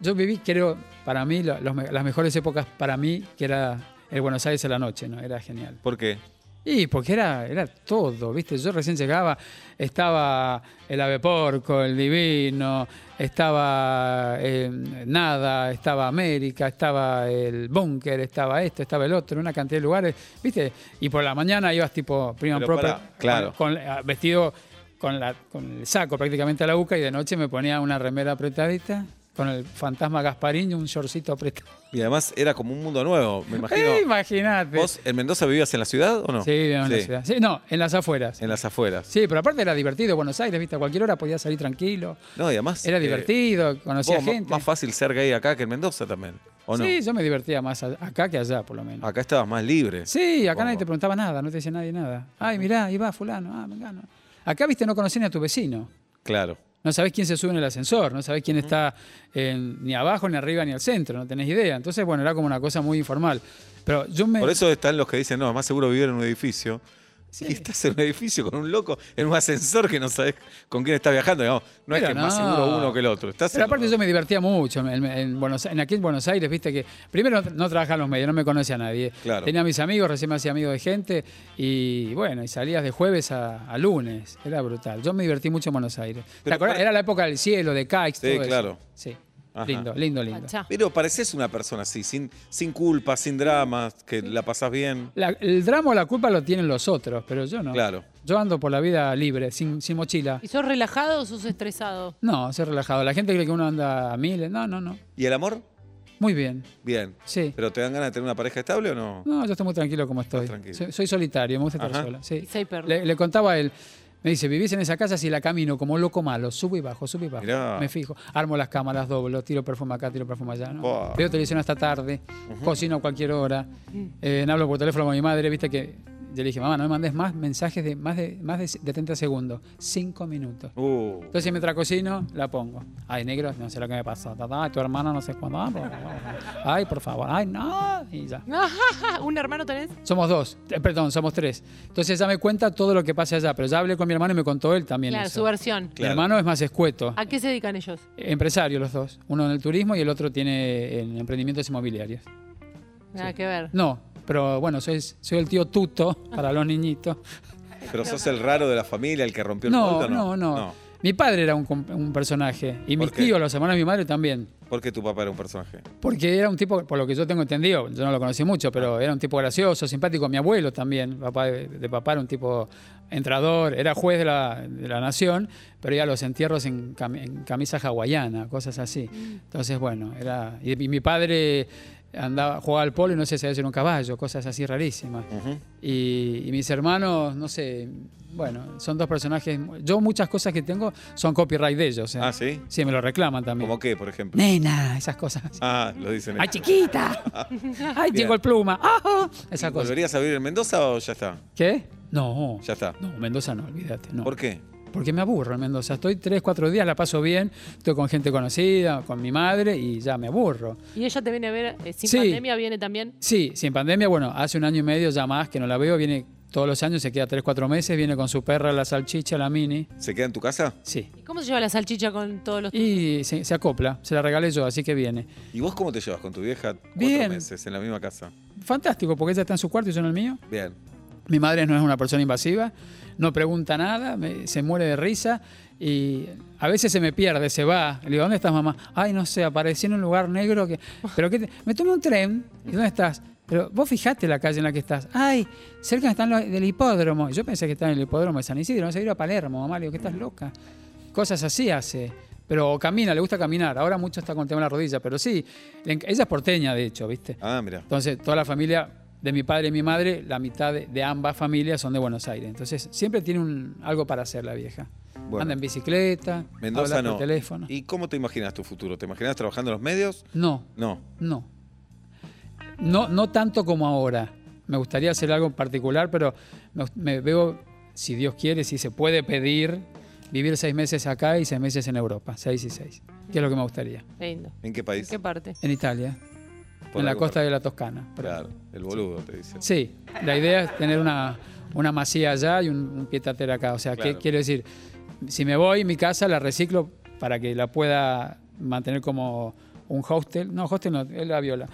D: yo viví, creo, para mí, lo- los me- las mejores épocas para mí, que era el Buenos Aires a la noche, ¿no? Era genial.
C: ¿Por qué?
D: Y porque era, era todo, ¿viste? Yo recién llegaba, estaba el ave porco, el divino, estaba eh, nada, estaba América, estaba el búnker, estaba esto, estaba el otro, una cantidad de lugares, ¿viste? Y por la mañana ibas tipo prima
C: Pero
D: propia,
C: pará, claro.
D: con- con- vestido con, la, con el saco prácticamente a la boca y de noche me ponía una remera apretadita con el fantasma Gasparín y un shortcito apretado.
C: Y además era como un mundo nuevo, me imagino.
D: Eh, Imagínate.
C: ¿Vos en Mendoza vivías en la ciudad o no?
D: Sí, vivíamos en la ciudad. Sí, no, en las afueras.
C: En las afueras.
D: Sí, pero aparte era divertido, Buenos Aires, viste, a cualquier hora podías salir tranquilo.
C: No, y además.
D: Era
C: eh,
D: divertido,
C: vos,
D: conocía
C: más-
D: gente.
C: Más fácil ser gay acá que en Mendoza también. ¿O no?
D: Sí, yo me divertía más a- acá que allá, por lo menos.
C: Acá estabas más libre.
D: Sí, acá nadie
C: supongo.
D: te preguntaba nada, no te decía nadie nada. Ay, mirá, ahí va fulano, ah, mengano. Acá, viste, no conocés ni a tu vecino.
C: Claro.
D: No sabés quién se sube en el ascensor, no sabés quién está en- ni abajo, ni arriba, ni al centro, no tenés idea. Entonces, bueno, era como una cosa muy informal. Pero yo me...
C: Por eso están los que dicen, no, más seguro vivir en un edificio.
D: Sí.
C: Y estás en un edificio con un loco, en un ascensor que no sabes con quién estás viajando. digamos. no es
D: Pero
C: que más
D: no.
C: seguro uno que el otro. Estás
D: Pero
C: en-
D: aparte yo me divertía mucho en, en Buenos- en aquí en Buenos Aires, viste que primero no, no trabajaba en los medios, no me conocía nadie.
C: Claro.
D: Tenía a mis amigos, recién me hacía amigo de gente y bueno, y salías de jueves a, a lunes, era brutal. Yo me divertí mucho en Buenos Aires. ¿Te
C: Pero
D: acordás?
C: para-
D: Era la época del cielo, de Caix,
C: Sí,
D: todo eso.
C: claro.
D: Sí,
C: Ajá.
D: lindo, lindo, lindo.
E: Pachá.
C: Pero pareces una persona así, sin, sin culpa, sin dramas, que la pasás bien.
D: La- el drama o la culpa lo tienen los otros, pero yo no.
C: Claro.
D: Yo ando por la vida libre, sin, sin mochila.
E: ¿Y sos relajado o sos estresado?
D: No, soy relajado. La gente cree que uno anda a miles. No, no, no.
C: ¿Y el amor?
D: Muy bien.
C: Bien.
D: Sí.
C: ¿Pero te dan ganas de tener una pareja estable o no?
D: No, yo estoy muy tranquilo como estoy.
C: tranquilo.
D: Soy, soy solitario, me gusta estar
C: Ajá.
D: sola. sí.
E: Y seis perros.
D: Le, le contaba a él, me dice, vivís en esa casa si la camino como loco malo, subo y bajo, subo y bajo.
C: Mirá.
D: Me fijo, armo las cámaras, doblo, tiro perfume acá, tiro perfume allá. ¿no?
C: Buah.
D: Veo televisión hasta tarde, cocino a cualquier hora, eh, hablo por teléfono con mi madre, viste que yo le dije, mamá, no me mandes más mensajes de más de, más de, de 30 segundos, 5 minutos.
C: Uh,
D: Entonces mientras cocino, la pongo. Ay, negro, no sé lo que me pasó. Ta, ta, tu hermana no sé cuándo. Ah, por favor. Ay, por favor. Ay, no. Y ya.
E: ¿Un hermano tenés?
D: Somos dos, eh, perdón, somos tres. Entonces ella me cuenta todo lo que pasa allá, pero ya hablé con mi hermano y me contó él también.
E: Claro, Ah.
D: eso.
E: su versión.
D: Mi hermano es más escueto,
E: ¿A qué se dedican ellos?
D: empresario los dos. Uno en el turismo y el otro tiene en emprendimientos inmobiliarios.
E: Nada que ver.
D: No, pero bueno, soy, soy el tío tuto para los niñitos.
C: ¿Pero sos el raro de la familia, el que rompió el
D: No,
C: molde o
D: no, no. Mi padre era un, com- un personaje y mis
C: ¿Por qué?
D: tíos, los hermanos de mi madre también.
C: ¿Por qué tu papá era un personaje?
D: Porque era un tipo, por lo que yo tengo entendido, yo no lo conocí mucho, pero
C: Ah.
D: era un tipo gracioso, simpático. Mi abuelo también, papá de, de papá, era un tipo entrador, era juez de la, de la nación, pero iba a los entierros en, cam- en camisa hawaiana, cosas así.
C: Mm.
D: Entonces, bueno, era. Y, mi- mi padre andaba, jugaba al polo y no sé si era un caballo, cosas así rarísimas.
C: Ujú.
D: Y, y mis hermanos, no sé, bueno, son dos personajes. Yo muchas cosas que tengo son copyright de ellos. ¿eh?
C: Ah, ¿sí?
D: Sí, me lo reclaman también.
C: ¿Cómo qué, por ejemplo?
D: Nena, esas cosas.
C: Ah, lo dicen.
D: ¡Ay, chiquita! ¡Ay,
C: Bien.
D: llegó el pluma! ¡Ah! ah! Esa cosa.
C: ¿Volverías a vivir en Mendoza o ya está?
D: ¿Qué? No.
C: Ya está.
D: No, Mendoza no, olvídate. No.
C: ¿Por qué?
D: Porque me aburro en Mendoza. Estoy tres, cuatro días, la paso bien, estoy con gente conocida, con mi madre y ya me aburro.
E: ¿Y ella te viene a ver? eh, sin
D: Sí.
E: pandemia viene también.
D: Sí, sin pandemia, bueno, hace un año y medio ya más que no la veo, viene todos los años, se queda tres, cuatro meses, viene con su perra, la salchicha, la mini.
C: ¿Se queda en tu casa?
D: Sí.
E: ¿Y cómo se lleva la salchicha con todos los
D: Y se, se acopla, se la regalé yo, así que viene.
C: ¿Y vos cómo te llevas con tu vieja cuatro
D: Bien.
C: meses en la misma casa?
D: Fantástico, porque ella está en su cuarto y yo en el mío.
C: Bien.
D: Mi madre no es una persona invasiva, no pregunta nada, me- se muere de risa y a veces se me pierde, se va. Le digo, ¿dónde estás, mamá? Ay, no sé, aparecí en un lugar negro que. Pero qué te- me tomé un tren, ¿y dónde estás? Pero vos fijate la calle en la que estás. Ay, cerca están los del hipódromo. Y Yo pensé que estaba en el hipódromo de San Isidro, no sé, ir a Palermo, mamá. Le digo, ¿qué estás loca? Cosas así hace. Pero camina, le gusta caminar. Ahora mucho está con el tema de la rodilla, pero sí. le enc- Ella es porteña, de hecho, ¿viste?
C: Ah, mira.
D: Entonces, toda la familia de mi padre y mi madre, la mitad de, de ambas familias son de Buenos Aires. Entonces, siempre tiene un, algo para hacer la vieja.
C: Bueno.
D: Anda en bicicleta,
C: Mendoza
D: habla por
C: no.
D: teléfono.
C: ¿Y cómo te imaginas tu futuro? ¿Te imaginas trabajando en los medios?
D: No,
C: No.
D: no. No, no tanto como ahora. Me gustaría hacer algo en particular, pero me, me veo, si Dios quiere, si se puede pedir, vivir seis meses acá y seis meses en Europa, seis y seis, que es lo que me gustaría.
E: Lindo.
C: ¿En qué
E: ¿En
C: país?
E: qué parte?
D: En Italia,
C: Por
D: en la
C: algo
D: costa
C: para-
D: de la Toscana. por
C: Claro, el boludo te dice.
D: Sí, la idea es tener una, una masía allá y un, un pietatera acá. O sea, que
C: Claro.
D: quiero decir, si me voy, mi casa la reciclo para que la pueda mantener como un hostel. No, hostel no, es la viola.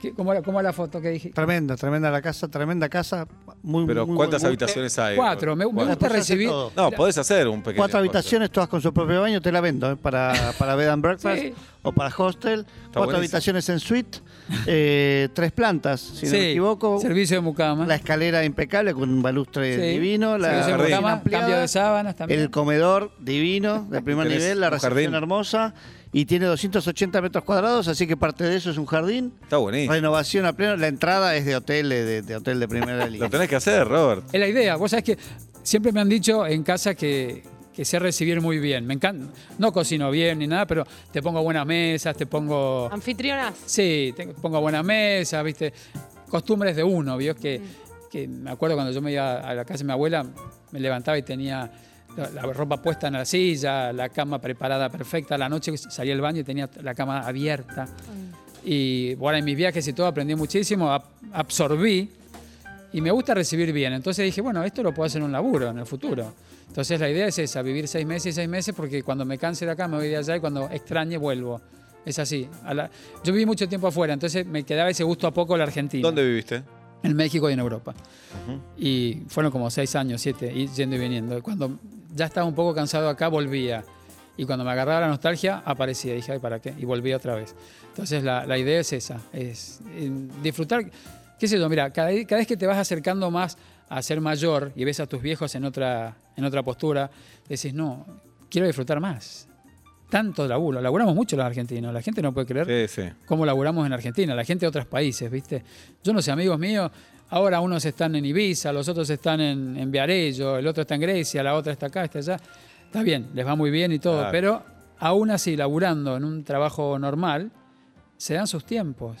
D: ¿Qué- ¿Cómo era, cómo era la foto que dije?
F: Tremendo, tremenda la casa, tremenda casa. Muy,
C: Pero
F: muy
C: ¿cuántas
F: buen gusto.
C: habitaciones hay?
D: Cuatro. Me, me
C: Cuatro.
D: gusta
F: Pues hace
D: recibir.
F: todo.
C: No, podés hacer un pequeño.
F: Cuatro habitaciones, todas con su propio baño, te la vendo, ¿eh? para, para bed and breakfast
D: Sí.
F: o para hostel. cuatro
C: buenísimo.
F: habitaciones en suite, eh, tres plantas, si no me
D: Sí,
F: equivoco.
D: Servicio de mucama.
F: La escalera impecable con un balustre
D: Sí.
F: divino, la
D: Servicio de
C: jardín.
D: mucama,
F: ampliada,
D: cambio de sábanas también.
F: el comedor divino de primer
C: Tenés
F: nivel, la
C: un
F: recepción
C: jardín.
F: hermosa y tiene 280 metros cuadrados, así que parte de eso es un jardín.
C: Está buenísimo.
F: Renovación a pleno, la entrada es de hotel, eh, de, de hotel de primera línea.
C: Lo tenés que hacer, Robert.
D: Es la idea. Vos sabés que siempre me han dicho en casa que, que sé recibir muy bien. Me encanta. No cocino bien ni nada, pero te pongo buenas mesas, te pongo.
E: Anfitrionas.
D: Sí, te pongo buena mesa, ¿viste? Costumbres de uno, ¿vio? Que, que me acuerdo cuando yo me iba a la casa de mi abuela, me levantaba y tenía la, la ropa puesta en la silla, la cama preparada perfecta. A la noche salía al baño y tenía la cama abierta. Y bueno, en mis viajes y todo aprendí muchísimo, ap- absorbí y me gusta recibir bien. Entonces dije, bueno, esto lo puedo hacer en un laburo en el futuro. Entonces la idea es esa, vivir seis meses y seis meses, porque cuando me canse de acá me voy de allá y cuando extrañe vuelvo. Es así. A la- Yo viví mucho tiempo afuera, entonces me quedaba ese gusto a poco la Argentina.
C: ¿Dónde viviste?
D: En México y en Europa. Y fueron como seis años, siete, y yendo y viniendo. Cuando ya estaba un poco cansado acá, volvía. Y cuando me agarraba la nostalgia, aparecía. Dije, ay, ¿para qué? Y volvía otra vez. Entonces la, la idea es esa, es eh, disfrutar, qué sé yo, mira, cada, cada vez que te vas acercando más a ser mayor y ves a tus viejos en otra, en otra postura, decís, no, quiero disfrutar más. Tanto laburo, laburamos mucho los argentinos, la gente no puede creer
C: Sí, sí.
D: cómo laburamos en Argentina, la gente de otros países, ¿viste? Yo no sé, amigos míos, ahora unos están en Ibiza, los otros están en, en Viarello, el otro está en Grecia, la otra está acá, está allá. Está bien, les va muy bien y todo,
C: Claro.
D: pero aún así, laburando en un trabajo normal, se dan sus tiempos.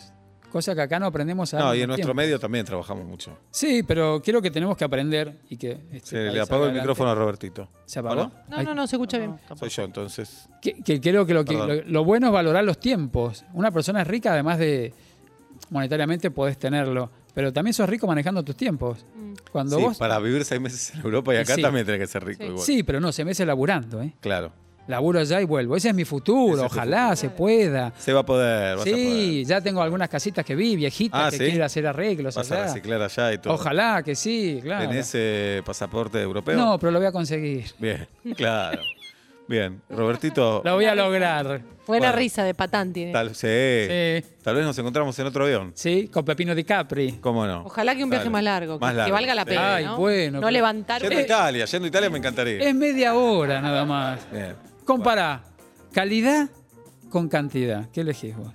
D: Cosa que acá no aprendemos a
C: No,
D: dar
C: y en
D: los
C: nuestro
D: tiempos.
C: medio también trabajamos mucho.
D: Sí, pero creo que tenemos que aprender y que... este
C: Se
D: país
C: le apagó el
D: salga
C: micrófono a
D: adelante.
C: Robertito.
D: ¿Se apagó?
C: ¿O no?
E: No, no, no, se escucha bien.
C: Soy yo, entonces.
D: Que, que creo que, lo, que
C: Perdón.
D: lo, lo bueno es valorar los tiempos. Una persona es rica, además de monetariamente podés tenerlo, pero también sos rico manejando tus tiempos. Cuando
C: Sí,
D: vos.
C: para vivir seis meses en Europa y acá
D: Sí.
C: también tenés que ser rico
E: Sí.
C: igual.
D: Sí, pero no, se me hace laburando, ¿eh?
C: Claro.
D: Laburo allá y vuelvo. Ese es mi futuro,
C: Ese es tu
D: ojalá se pueda.
C: Se va a poder, vas a
D: Sí,
C: poder.
D: ya tengo algunas casitas que vi, viejitas,
C: Ah,
D: que
C: ¿sí?
D: quieren hacer arreglos
C: Vas a
D: allá.
C: reciclar allá y todo.
D: Ojalá que sí, claro.
C: ¿Tenés eh, pasaporte europeo?
D: No, pero lo voy a conseguir.
C: Bien, claro. Bien, Robertito,
D: Lo voy a lograr.
E: Buena
C: Bueno.
E: risa de patán tiene.
C: tal, sí.
D: Sí,
C: tal vez nos encontramos en otro avión.
D: sí, con Pepino Di Capri.
C: ¿Cómo no?
E: Ojalá que un viaje
C: Dale.
E: más largo,
C: Más
E: que- que
C: largo,
E: valga la
C: sí.
E: pena.
D: Ay,
E: ¿no?
D: bueno,
E: No
D: pero-
E: levantar.
D: Eh,
C: Yendo a Italia, yendo a Italia me encantaría.
D: Es media hora nada más.
C: Bien.
D: Compará calidad con cantidad. ¿Qué elegís vos?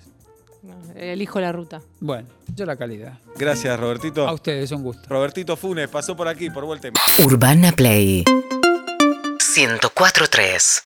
E: No, elijo la ruta.
D: Bueno, yo la calidad.
C: Gracias, Robertito.
D: A ustedes, un gusto.
C: Robertito Funes pasó por aquí, por vuelta. y-
B: Urbana Play.
A: 104.3